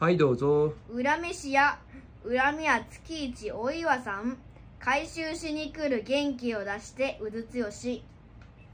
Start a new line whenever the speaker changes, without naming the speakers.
はい、どうぞ。
恨めしや恨みは月一お岩さん回収しに来る元気を出してうずつよし